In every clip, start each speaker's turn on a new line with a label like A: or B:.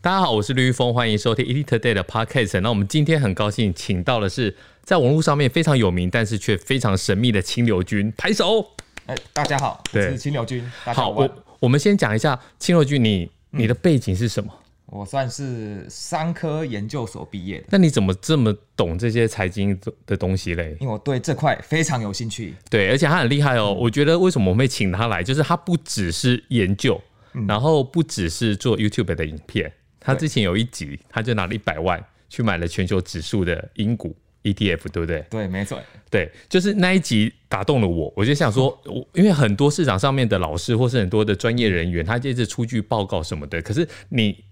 A: 大家好，我是绿峰，欢迎收听 ET Today 的 Podcast。那我们今天很高兴请到的是在网络上面非常有名，但是却非常神秘的清流君，拍手。
B: 哎，大家好，我
A: 对
B: 是清流君。大家
A: 好，
B: 晚
A: 我我们先讲一下清流君，你你的背景是什么？
B: 我算是商科研究所毕业的，
A: 那你怎么这么懂这些财经的东西嘞？
B: 因为我对这块非常有兴趣。
A: 对，而且他很厉害哦。我觉得为什么我们会请他来，就是他不只是研究，然后不只是做 YouTube 的影片。他之前有一集，他就拿了一百万去买了全球指数的英股 ETF，对不对？
B: 对，没错，
A: 对，就是那一集打动了我，我就想说，我因为很多市场上面的老师或是很多的专业人员，他就一直出具报告什么的，可是你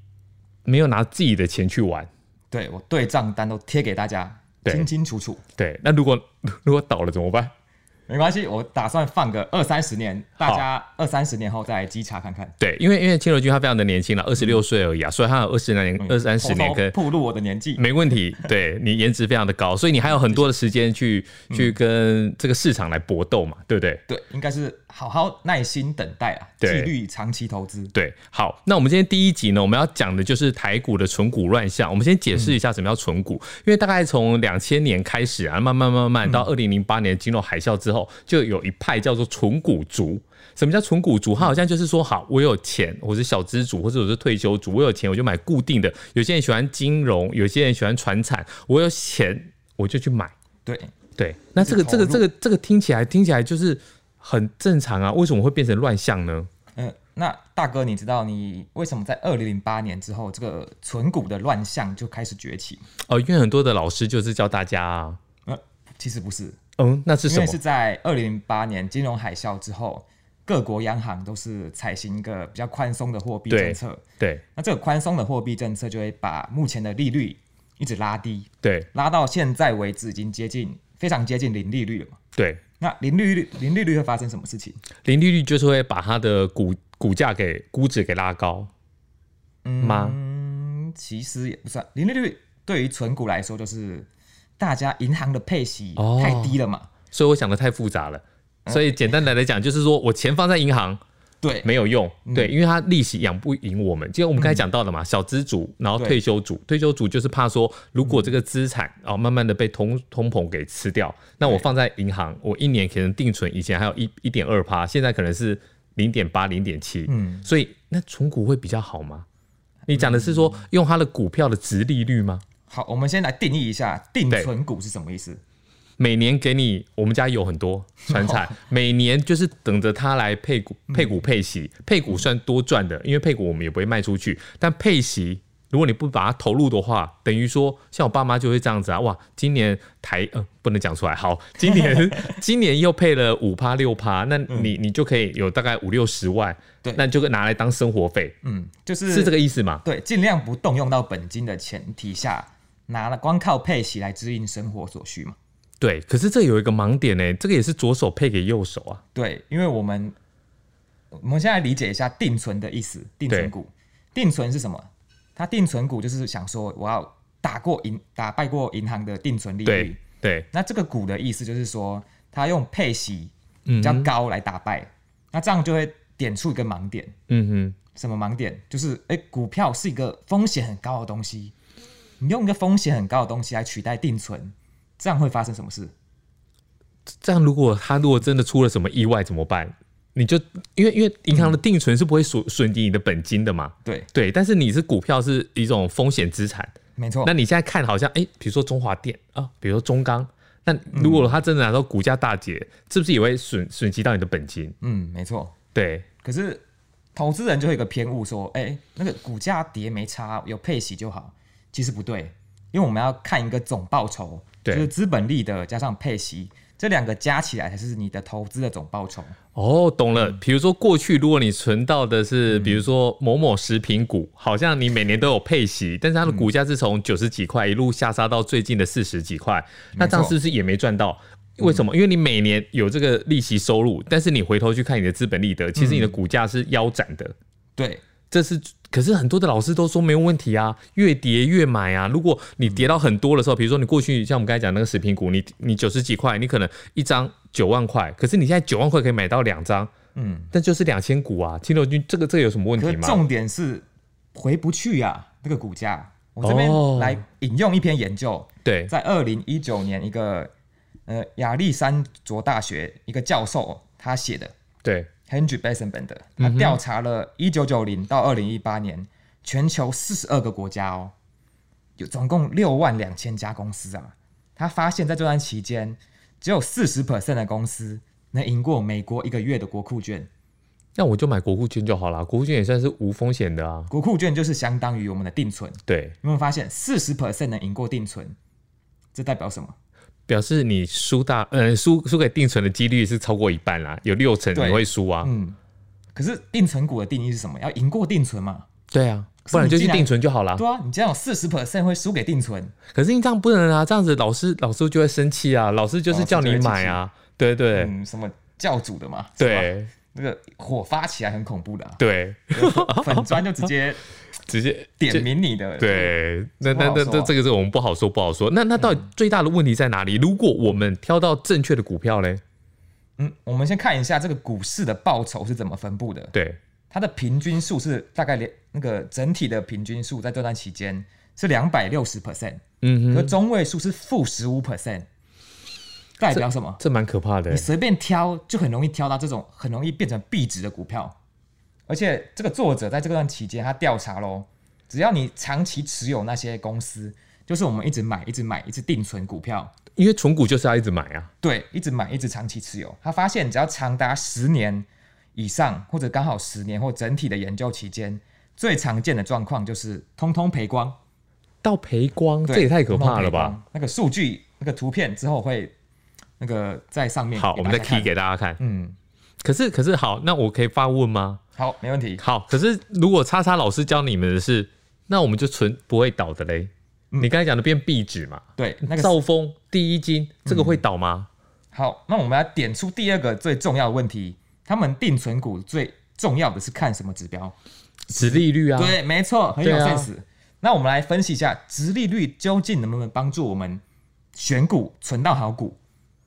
A: 没有拿自己的钱去玩。
B: 对我对账单都贴给大家，
A: 对
B: 清清楚楚。
A: 对，那如果 如果倒了怎么办？
B: 没关系，我打算放个二三十年，大家二三十年后再来稽查看看。
A: 对，因为因为青柔君他非常的年轻了，二十六岁而已啊，所以他有二十年、二三十年嗯
B: 偷偷
A: 跟
B: 暴露我的年纪。
A: 没问题。对你颜值非常的高，所以你还有很多的时间去去跟这个市场来搏斗嘛，对不对？
B: 对，应该是好好耐心等待啊，纪
A: 对
B: 律长期投资。
A: 对，好，那我们今天第一集呢，我们要讲的就是台股的存股乱象。我们先解释一下什么叫存股，因为大概从两千年开始啊，慢慢慢慢到二零零八年金融海啸之后，就有一派叫做存股族。什么叫存股族？他好像就是说，好，我有钱，我是小资主，或者我是退休族，我有钱我就买固定的。有些人喜欢金融，有些人喜欢传产，我有钱我就去买。
B: 对，
A: 对，那这个这
B: 投
A: 个
B: 入
A: 这个这个听起来听起来就是很正常啊，为什么会变成乱象呢？
B: 嗯，那大哥，你知道你为什么在二零零八年之后，这个存股的乱象就开始崛起？
A: 哦，因为很多的老师就是教大家、啊，
B: 呃，其实不是，
A: 嗯，那是
B: 因
A: 什
B: 为
A: 么？
B: 是在二零零八年金融海啸之后，各国央行都是采行一个比较宽松的货币
A: 对
B: 政策。
A: 对
B: 那这个宽松的货币政策就会把目前的利率一直拉低，
A: 对
B: 拉到现在为止已经接近非常接近零利率了嘛。
A: 对，
B: 那零利率零利率会发生什么事情？
A: 零利率就是会把它的股股价给估值给拉高，吗？
B: 嗯，其实也不算零利率，对于存股来说就是大家银行的配息
A: 哦
B: 太低了嘛。
A: 所以我想的太复杂了。
B: 嗯
A: 所以简单的来讲，就是说我钱放在银行
B: 对，
A: 没有用，
B: 嗯
A: 对，因为它利息养不赢我们。就像我们刚才讲到的嘛，小资主，然后
B: 对
A: 退休主，退休主就是怕说，如果这个资产
B: 嗯
A: 哦慢慢的被通通膨给吃掉，那我放在银行，我一年可能定存以前还有一一点二趴，现在可能是零点八、零点七，
B: 嗯
A: 所以那存股会比较好吗？你讲的是说用它的股票的值利率吗？
B: 好，我们先来定义一下定
A: 对
B: 存股是什么意思。
A: 每年给你，我们家有很多船
B: 哦
A: 产，每年就是等着它来配股、
B: 嗯
A: 配股配息，配股算多赚的，因为配股我们也不会卖出去，但配息如果你不把它投入的话，等于说像我爸妈就会这样子啊，哇，今年台呃不能讲出来，好，今 年今年又配了五趴六趴，那你你就可以有大概五六十万，
B: 嗯对
A: 那你就拿来当生活费，
B: 嗯，就是
A: 是这个意思吗？
B: 对，尽量不动用到本金的前提下，拿了光靠配息来支应生活所需嘛。
A: 对，可是这有一个盲点呢、这个也是左手配给右手啊，
B: 对，因为我们我们现在理解一下定存的意思，定
A: 对
B: 存股，定存是什么？它定存股就是想说我要打过银，打败过银行的定存利
A: 对
B: 率。
A: 对
B: 那这个股的意思就是说，它用配息比
A: 嗯
B: 较高来打败，那这样就会点出一个盲点。
A: 嗯哼。
B: 什么盲点？就是哎、诶股票是一个风险很高的东西，你用一个风险很高的东西来取代定存，这样会发生什么事？
A: 这样如果他如果真的出了什么意外怎么办？你就因为因为银行的定存是不会损损及你的本金的嘛，
B: 对，
A: 对。但是你是股票是一种风险资产，
B: 没错
A: 那。你现在看好像哎、诶比如说中华电啊，比如说中钢，那如果它真的拿到股价大跌，是不是也会损损及到你的本金？
B: 嗯，没错。
A: 对
B: 可是投资人就会有一个偏误，说，哎、那个股价跌没差，有配息就好。其实不对，因为我们要看一个总报酬，
A: 对
B: 就是资本利得加上配息，这两个加起来才是你的投资的总报酬。
A: 哦，懂了。比如说过去如果你存到的是，比如说某某食品股，好像你每年都有配息，但是它的股价是从九十几块一路下杀到最近的四十几块，那这样是不是也没赚到？为什么？因为你每年有这个利息收入，但是你回头去看你的资本利得，其实你的股价是腰斩的。
B: 对，
A: 这是，可是很多的老师都说没有问题啊，越跌越买啊。如果你跌到很多的时候，比如说你过去像我们刚才讲那个食品股，你你九十几块，你可能一张九万块，可是你现在九万块可以买到两张，
B: 嗯。
A: 但就是两千股啊，青六军这个这个有什么问
B: 可
A: 题
B: 是
A: 吗？
B: 重点是回不去呀、那个股价，我这边
A: 哦
B: 来引用一篇研究，
A: 对，
B: 在二零一九年一个呃亚历山卓大学一个教授他写的
A: 对，
B: Henry Bessenben 的，他
A: 嗯
B: 调查了一九九零到二零一八年全球四十二个国家哦，有总共六万两千家公司啊，他发现在这段期间，只有四十 percent 的公司能赢过美国一个月的国库券。
A: 那我就买国库券就好啦，国库券也算是无风险的啊。
B: 国库券就是相当于我们的定存，
A: 对，
B: 有没有发现四十 percent 能赢过定存？这代表什么？
A: 表示你输大，呃，输输给定存的几率是超过一半啦，有六成你
B: 对
A: 会输啊。
B: 嗯，可是定存股的定义是什么？要赢过定存嘛？
A: 对啊，
B: 是
A: 不然就
B: 你
A: 去
B: 竟然
A: 定存就好啦。
B: 对啊，你这样有四十 percent 会输给定存，
A: 可是你这样不能啊，这样子老师老师就会生气啊，老师就是叫你买啊，对对
B: 嗯，什么教主的嘛？是吧，
A: 对
B: 那个火发起来很恐怖的、啊，
A: 对，
B: 粉砖就直接
A: 直接
B: 点名你的，，
A: 对，那那
B: 不好
A: 那
B: 说嗯
A: 这这个是我们不好说不好说。那那到底最大的问题在哪里？如果我们挑到正确的股票嘞，
B: 嗯，我们先看一下这个股市的报酬是怎么分布的，
A: 对，
B: 它的平均数是大概连那个整体的平均数在这段期间是两百六十 percent，
A: 嗯
B: 而
A: 哼，
B: 中位数是负十五 percent，代表什么？
A: 这蛮可怕的
B: 你。随便挑就很容易挑到这种很容易变成币值的股票，而且这个作者在这段期间他调查喽，只要你长期持有那些公司，就是我们一直买、一直买、一直定存股票，
A: 因为存股就是要一直买啊，
B: 对，一直买、一直长期持有，他发现只要长达十年以上，或者刚好十年或整体的研究期间，最常见的状况就是通通赔光，
A: 到赔光
B: 对
A: 这也太可怕了？
B: 通通
A: 吧？
B: 赔光那个数据、那个图片之后会那个在上面，
A: 好，我们再 key
B: 看。
A: 给大家看。
B: 嗯，
A: 可是可是好，那我可以发问吗？
B: 好，没问题。
A: 好，可是如果叉叉老师教你们的是，那我们就存不会倒的嘞。你刚才讲的变壁纸嘛，
B: 对，嗯那个嗯
A: 兆丰第一金这个会倒吗？
B: 好，那我们要点出第二个最重要的问题，他们定存股最重要的是看什么指标？
A: 殖利率啊，
B: 对，没错，很有
A: 对啊
B: sense。那我们来分析一下，殖利率究竟能不能帮助我们选股存到好股？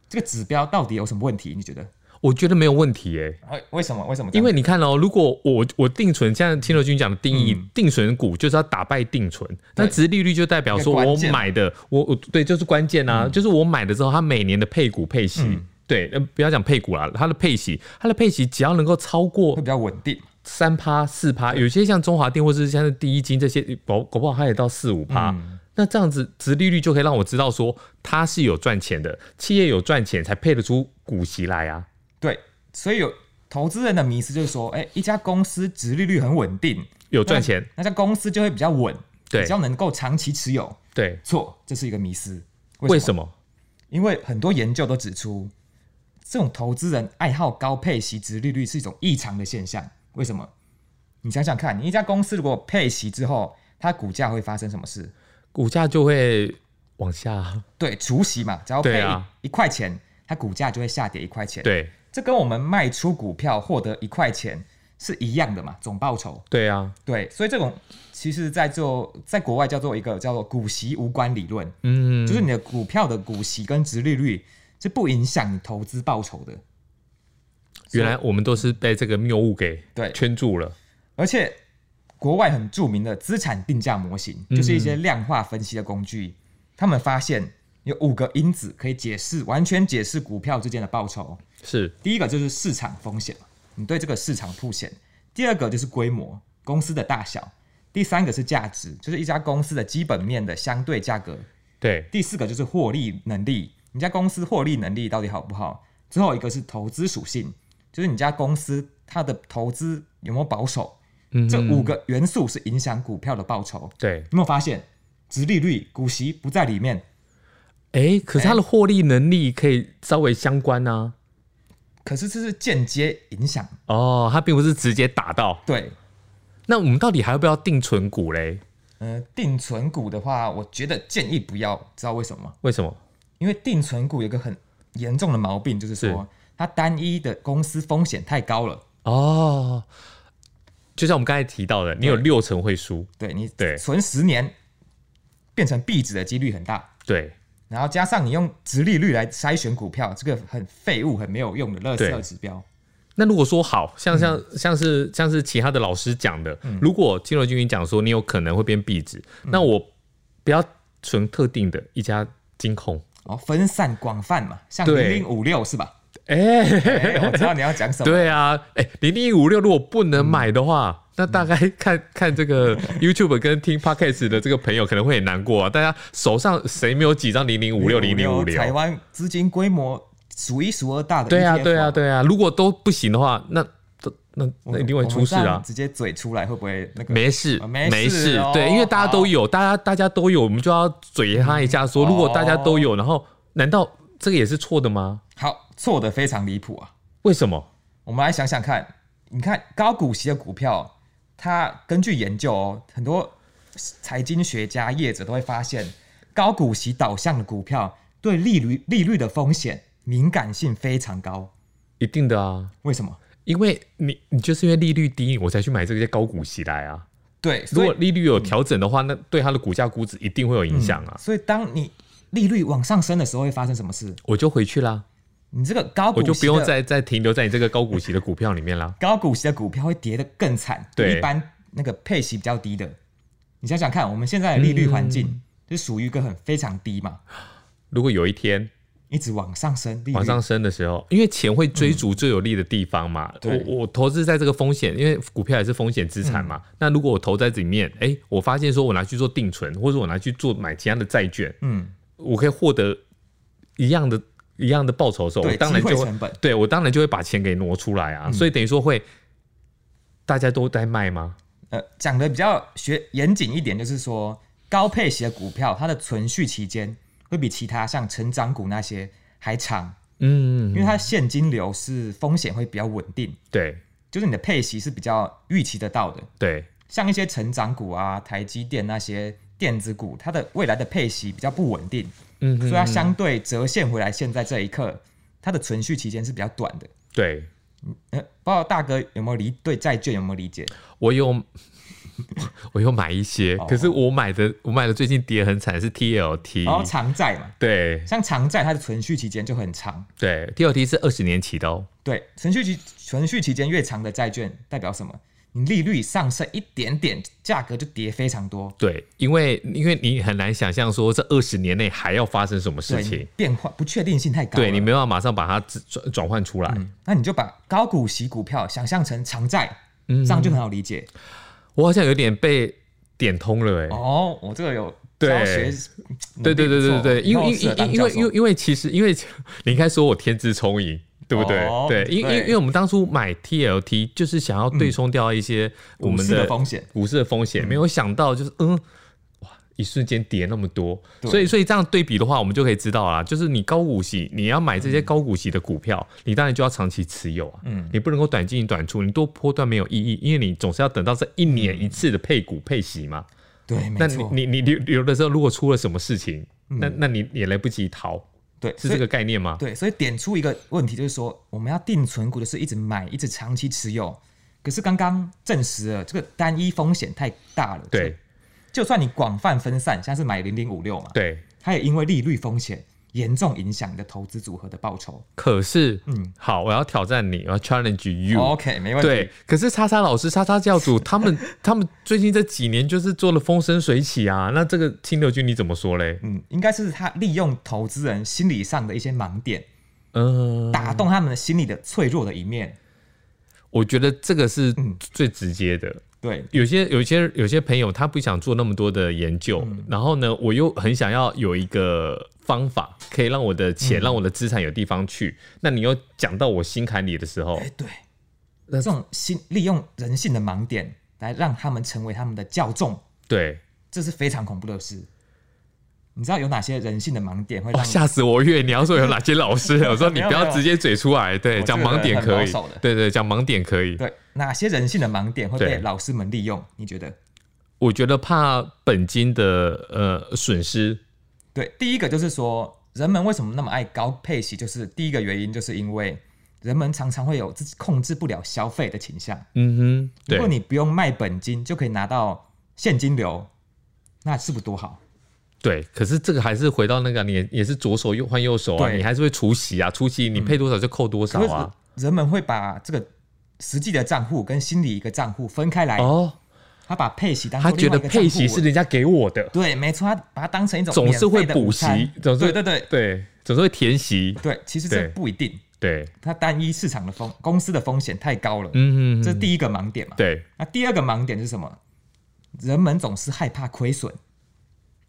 B: 这个指标到底有什么问题？你觉得？
A: 我觉得没有问题耶、
B: 哎，为什么？为什么这
A: 因
B: 样？
A: 为你看哦，如果我我定存，像青楼君讲的定义，
B: 嗯
A: 定存股就是要打败定存，那殖利率就代表说
B: 一个
A: 我
B: 关键嗯
A: 买的，我我对，就是关键啊，就是我买的之后，它每年的配股配息，对，呃不要讲配股啦，它的配息，它的配息只要能够超过
B: 会比较稳定。
A: 三趴四趴，有些像中华电或是像是第一金这些，搞搞不好它也到四五趴。
B: 嗯
A: 那这样子，殖利率就可以让我知道说它是有赚钱的，企业有赚钱才配得出股息来啊。
B: 对，所以有投资人的迷思就是说，哎，一家公司殖利率很稳定，
A: 有赚钱，
B: 那家公司就会比较稳，
A: 对
B: 比较能够长期持有。
A: 对，
B: 错，这是一个迷思。
A: 为什么？
B: 因为很多研究都指出，这种投资人爱好高配息、值利率是一种异常的现象。为什么？你想想看，你一家公司如果配息之后，它股价会发生什么事？
A: 股价就会往下。
B: 对，除息嘛，只要
A: 对
B: 配
A: 啊
B: 一块钱，它股价就会下跌一块钱。，
A: 对
B: 这跟我们卖出股票获得一块钱是一样的嘛，总报酬。
A: 对啊，
B: 对，所以这种其实在做在国外叫做一个叫做股息无关理论，
A: 嗯，
B: 就是你的股票的股息跟值利率是不影响你投资报酬的。
A: 原来我们都是被这个谬误给
B: 对
A: 圈住了。
B: 而且国外很著名的资产定价模型，就是一些量化分析的工具，他们发现有五个因子可以解释完全解释股票之间的报酬。
A: 是
B: 第一个就是市场风险嘛，你对这个市场铺险；第二个就是规模，公司的大小；第三个是价值，就是一家公司的基本面的相对价格；
A: 对
B: 第四个就是获利能力，你家公司获利能力到底好不好？最后一个是投资属性，就是你家公司它的投资有没有保守？
A: 嗯
B: 这五个元素是影响股票的报酬。
A: 对，
B: 有没有发现，殖利率、股息不在里面？
A: 哎、可是它的获利能力可以稍微相关啊。
B: 可是这是间接影响。
A: 哦，它并不是直接打到。
B: 对，
A: 那我们到底还要不要定存股嘞？
B: 呃，定存股的话，我觉得建议不要，知道为什么吗？
A: 为什么？
B: 因为定存股有一个很严重的毛病，就是说
A: 是
B: 它单一的公司风险太高了。
A: 哦，就像我们刚才提到的，你有六成会输。
B: 对你
A: 对
B: 存十年变成币值的几率很大，
A: 对
B: 然后加上你用直利率来筛选股票，这个很废物、很没有用的垃圾指标。
A: 那如果说好像
B: 嗯
A: 像、像是像是其他的老师讲的，如果金融经理讲说你有可能会变币值，
B: 嗯
A: 那我不要存特定的一家金控。
B: 哦，分散广泛嘛，像零
A: 对
B: 零五六 是吧？
A: 哎、
B: 哎，我知道你要讲什么。
A: 对啊，哎、零零一五六如果不能买的
B: 嗯
A: 话，那大概看 看这个 YouTube 跟听 Podcast 的这个朋友可能会很难过啊。大家手上谁没有几张零零五六零零五
B: 台
A: 六？
B: 湾资金规模数一数二大的 ETF，
A: 对啊，对啊，
B: 啊，
A: 对啊。如果都不行的话，那那那一定会
B: 我们
A: 出事
B: 这
A: 啊
B: 样。直接嘴出来会不会那个？
A: 没事，
B: 啊没
A: 没
B: 事
A: 事
B: 哦，
A: 对，因为大家都有，大家大家都有，我们就要嘴他一下，
B: 哦
A: 说如果大家都有，然后难道这个也是错的吗？
B: 好，错的非常离谱啊！
A: 为什么？
B: 我们来想想看，你看高股息的股票，它根据研究哦，很多财经学家、业者都会发现，高股息导向的股票对利率利率的风险敏感性非常高。
A: 一定的啊，
B: 为什么？
A: 因为你你就是因为利率低，我才去买这些高股息来啊。
B: 对，所
A: 如
B: 以
A: 果利率有调整的话，那对它的股价估值一定会有影响啊。
B: 所以当你利率往上升的时候，会发生什么事？
A: 我就回去啦，
B: 你这个高股
A: 我
B: 息的
A: 就不用再再停留在你这个高股息的股票里面啦。
B: 高股息的股票会跌得更惨，
A: 对
B: 比一般那个配息比较低的。你想想看，我们现在的利率环境、
A: 嗯
B: 就属于一个很非常低嘛，
A: 如果有一天
B: 一直往上升，利率
A: 往上升的时候，因为钱会追逐最有利的地方嘛。
B: 嗯对
A: 我我投资在这个风险，因为股票也是风险资产嘛。
B: 嗯
A: 那如果我投在里面，哎、我发现说我拿去做定存，或者我拿去做买其他的债券，
B: 嗯，
A: 我可以获得一样的一样的报酬的时候，
B: 对
A: 我当然
B: 机会
A: 就会
B: 成本嗯
A: 对我当然就会把钱给挪出来啊。所以等于说会大家都在卖吗？
B: 呃，讲的比较学严谨一点，就是说高配息的股票，它的存续期间会比其他像成长股那些还长，
A: 嗯，
B: 因为它的现金流是风险会比较稳定，
A: 对
B: 就是你的配息是比较预期得到的。
A: 对，
B: 像一些成长股啊、台积电那些电子股，它的未来的配息比较不稳定，
A: 嗯
B: 所以它相对折现回来，现在这一刻，它的存续期间是比较短的。
A: 对
B: 呃，不知道大哥有没有理对债券有没有理解？
A: 我有 我有买一些，
B: 哦
A: 可是我买的我买的最近跌很惨是 TLT，、
B: 然后长债嘛，
A: 对
B: 像长债它的存续期间就很长，
A: 对，TLT 是二十年期的哦，
B: 对，存续期存续期间越长的债券代表什么？你利率上升一点点，价格就跌非常多，
A: 对，因为因为你很难想象说这二十年内还要发生什么事
B: 对，你
A: 情，
B: 变化不确定性太高了，
A: 对你没办法马上把它转转换出来。
B: 那你就把高股息股票想象成长债，这样就很好理解。
A: 我好像有点被点通了、欸，哎、
B: 哦，我这个有
A: 对
B: 教学，
A: 对对对对对，因为因
B: 为
A: 因因为因为
B: 为
A: 因为其实因为你应该说我天资聪颖，对不对？
B: 哦
A: 对，因因
B: 对
A: 因为我们当初买 TLT 就是想要对冲掉一些我
B: 股
A: 们
B: 市的
A: 的
B: 风险，
A: 股市的风险，没有想到就是嗯。哇，一瞬间跌那么多，
B: 对
A: 所以所以这样对比的话，我们就可以知道啦，就是你高股息，你要买这些高股息的股票，你当然就要长期持有啊，
B: 嗯
A: 你不能够短进短出，你多波段没有意义，因为你总是要等到这一年一次的配股配息嘛，
B: 对，没
A: 那
B: 错，
A: 你你你留留的时候，如果出了什么事情，那那你也来不及逃，
B: 对
A: 是
B: 所
A: 这
B: 以
A: 个概念吗？
B: 对，所以点出一个问题，就是说我们要定存股，就是一直买，一直长期持有。可是刚刚证实了，这个单一风险太大了。
A: 对，
B: 就算你广泛分散，像是买零零五六嘛，
A: 对，
B: 它也因为利率风险严重影响你的投资组合的报酬。
A: 可是，
B: 嗯
A: 好，我要挑战你，我要 challenge you。
B: OK，没问题。
A: 哎对，可是叉叉老师、叉叉教主他们 他们最近这几年就是做了风生水起啊，那这个清流君你怎么说嘞？
B: 嗯，应该是他利用投资人心理上的一些盲点，
A: 嗯、
B: 打动他们的心理的脆弱的一面。
A: 我觉得这个是
B: 嗯
A: 最直接的。
B: 对，
A: 有些有些有些朋友他不想做那么多的研究，
B: 嗯
A: 然后呢，我又很想要有一个方法可以让我的
B: 嗯
A: 钱、让我的资产有地方去。那你又讲到我心坎里的时候
B: 哎，，对，
A: 那
B: 这种心利用人性的盲点来让他们成为他们的教众，
A: 对，
B: 这是非常恐怖的事。你知道有哪些人性的盲点会
A: 哦，
B: 让你？
A: 吓死我！因为你要说有哪些老 师，我说你不要直接嘴出来，对，
B: 有
A: 讲盲点可
B: 我
A: 以
B: 这个人很保守的，
A: 对对，讲盲点可以。
B: 对，哪些人性的盲点会
A: 对
B: 被老师们利用？你觉得？
A: 我觉得怕本金的呃损失，
B: 对，第一个就是说，人们为什么那么爱高配息？就是第一个原因，就是因为人们常常会有自己控制不了消费的倾向。
A: 嗯哼，
B: 如
A: 对
B: 果，你不用卖本金就可以拿到现金流，那是不是多好？
A: 对，可是这个还是回到那个，你也也是左手右换右手啊，
B: 对嗯
A: 你还是会除息啊，除息你配多少就扣多少
B: 可是
A: 啊，
B: 人们会把这个实际的账户跟心理一个账户分开来，
A: 哦，
B: 他把配息当
A: 他
B: 做
A: 觉
B: 另外
A: 得
B: 一个账
A: 配
B: 户
A: 息
B: 欸
A: 是人家给我的，
B: 对，没错，他把它当成一种
A: 总是
B: 免
A: 会
B: 费的
A: 补
B: 午餐
A: 习，总是
B: 对对对
A: 对，总是会填息，
B: 对，其实这
A: 对
B: 不一定，
A: 对，
B: 它单一市场的风公司的风险太高了，
A: 嗯，嗯嗯
B: 这是第一个盲点嘛。
A: 对
B: 那第二个盲点是什么？人们总是害怕亏损，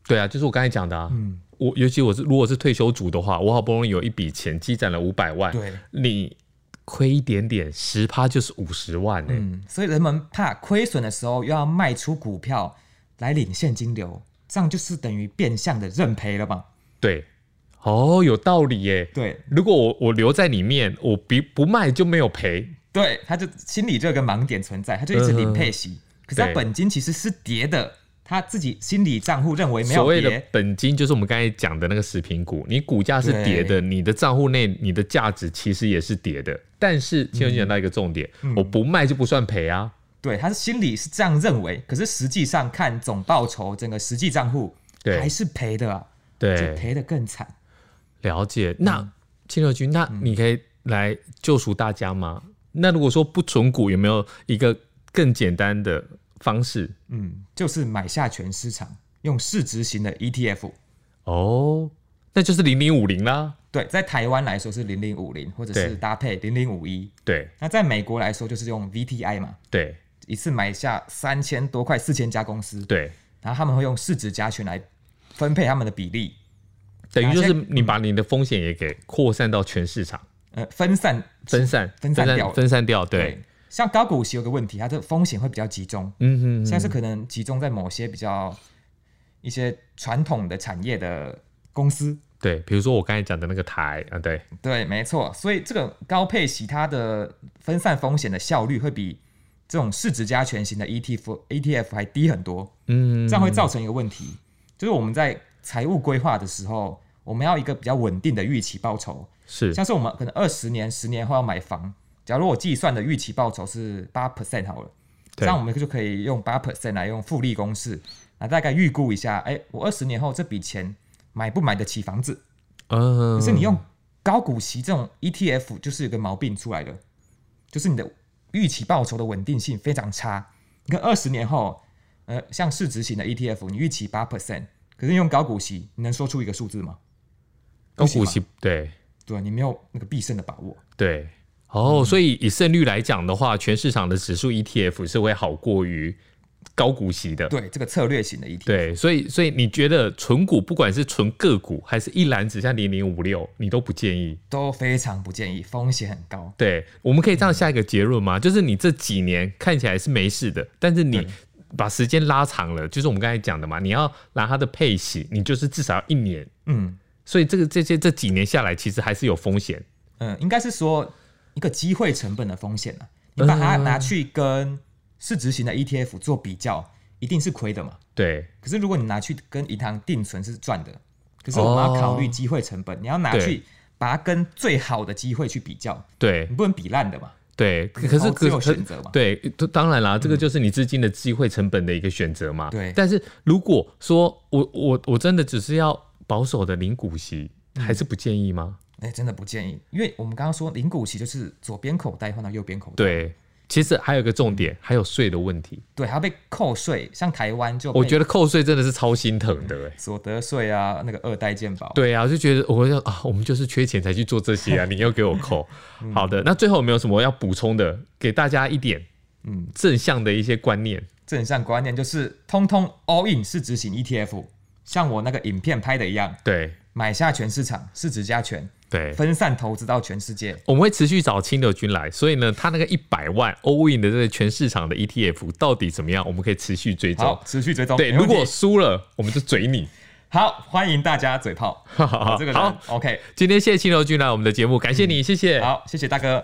A: 对啊，就是我刚才讲的啊，
B: 嗯
A: 我尤其我是如果是退休族的话，我好不容易有一笔钱积攒了五百万，
B: 对，
A: 你亏一点点，十趴就是五十万呢、
B: 嗯，所以人们怕亏损的时候又要卖出股票来领现金流，这样就是等于变相的认赔了嘛？
A: 对，哦，有道理耶、
B: 对
A: 如果我我留在里面，我不不卖就没有赔，
B: 对，他就心里就有个盲点存在，他就一直领配息，可是他
A: 嗯对
B: 本金其实是跌的，他自己心理账户认为没
A: 所
B: 有
A: 谓的
B: 跌，
A: 本金就是我们刚才讲的那个食品股，你股价是跌的，你的账户内你的价值其实也是跌的。但是金融讲到一个重点，
B: 嗯
A: 我不卖就不算赔啊。
B: 对，他是心里是这样认为，可是实际上看总报酬，整个实际账户
A: 对
B: 还是赔的啊，就
A: 对，
B: 赔嗯的更惨。
A: 了解。那金牛君，
B: 嗯
A: 那你可以来救赎大家吗？那如果说不存股，有没有一个更简单的方式？
B: 嗯，就是买下全市场，用市值型的 E ETF。
A: 哦，那就是零零五零啦。
B: 对，在台湾来说是零零五零，或者
A: 对
B: 是搭配零零五一。
A: 对
B: 那在美国来说就是用 VTI 嘛，
A: 对
B: 一次买下三千多块四千家公司，
A: 对，
B: 然后他们会用市值加权来分配他们的比例，
A: 等于
B: 哪
A: 就
B: 些
A: 是你把你的风险也给扩散到全市场。
B: 呃，分散
A: 分散
B: 分散掉了
A: 分散掉，对，
B: 像高股息有个问题，它的风险会比较集中，
A: 嗯哼
B: 现在是可能集中在某些比较一些传统的产业的公司，
A: 对，比如说我刚才讲的那个台啊，对，
B: 对，没错。所以这个高配息它的分散风险的效率会比这种市值加权型的 E ETF ETF 还低很多。
A: 嗯
B: 这样会造成一个问题，就是我们在财务规划的时候，我们要一个比较稳定的预期报酬。
A: 是，
B: 像是我们可能二十年、十年后要买房，假如我计算的预期报酬是八 percent 好了，这
A: 对
B: 样我们就可以用八 percent 来用复利公式，那大概预估一下，哎、我二十年后这笔钱买不买得起房子？
A: 嗯，
B: 可是你用高股息这种 ETF 就是有个毛病出来了，就是你的预期报酬的稳定性非常差。你看二十年后，呃，像市值型的 ETF，你预期八 percent，可是用高股息，你能说出一个数字吗？
A: 高
B: 不行
A: 哦股
B: 吗
A: 息，对
B: 对，啊你没有那个必胜的把握。
A: 对，
B: 嗯
A: 哦，所以以胜率来讲的话，全市场的指数 ETF 是会好过于高股息的，
B: 对，这个策略型的 E ETF，
A: 对，所以所以你觉得纯股不管是纯个股还是一篮子像零零五六，你都不建议？
B: 都非常不建议，风险很高。
A: 对，我们可以这样下一个结论吗？就是你这几年看起来是没事的，但是
B: 嗯
A: 你把时间拉长了，就是我们刚才讲的嘛，你要拿它的配息，你就是至少要一年，
B: 嗯
A: 所以这个这些这几年下来，其实还是有风险。
B: 嗯、呃应该是说一个机会成本的风险啊，你把它拿去跟市值型的 ETF 做比较，一定是亏的嘛。
A: 对
B: 可是如果你拿去跟银行定存是赚的，可是我们要考虑机会成本，你要拿去把它跟最好的机会去比较，
A: 对
B: 你不能比烂的嘛。
A: 对，可是
B: 投资
A: 可
B: 有
A: 可
B: 选择嘛嗯
A: 对，都当然啦，这个就是你资金的机会成本的一个选择嘛。
B: 对
A: 但是如果说我我我真的只是要保守的零股息，还是不建议吗？
B: 哎、真的不建议，因为我们刚刚说零股息就是左边口袋换到右边口袋，
A: 对，其实还有一个重点，还有税的问题。
B: 对，还要被扣税，像台湾就
A: 我觉得
B: 得
A: 扣税真的是超心疼的、欸，
B: 所得税啊，那个二代健保，
A: 对啊，就觉得我想啊，我们就是缺钱才去做这些啊，你又给我 扣。
B: 嗯
A: 好的，那最后有没有什么要补充的，给大家一点嗯
B: 嗯
A: 正向的一些观念？
B: 正向观念就是通通 all in 市值型 ETF，像我那个影片拍的一样，
A: 对
B: 买下全市场，市值加权，
A: 对，
B: 分散投资到全世界。
A: 我们会持续找清流君来，所以呢，他那个一百万 all in 的这个全市场的 ETF 到底怎么样，我们可以持续追踪
B: 好，。持续追踪。
A: 对，
B: 没问
A: 如
B: 题
A: 果输了，我们就嘴 你。
B: 好，欢迎大 家嘴炮。
A: 好
B: 我这个人 OK，
A: 今天谢谢清流君来我们的节目，感谢你，谢谢。
B: 好，谢谢大哥。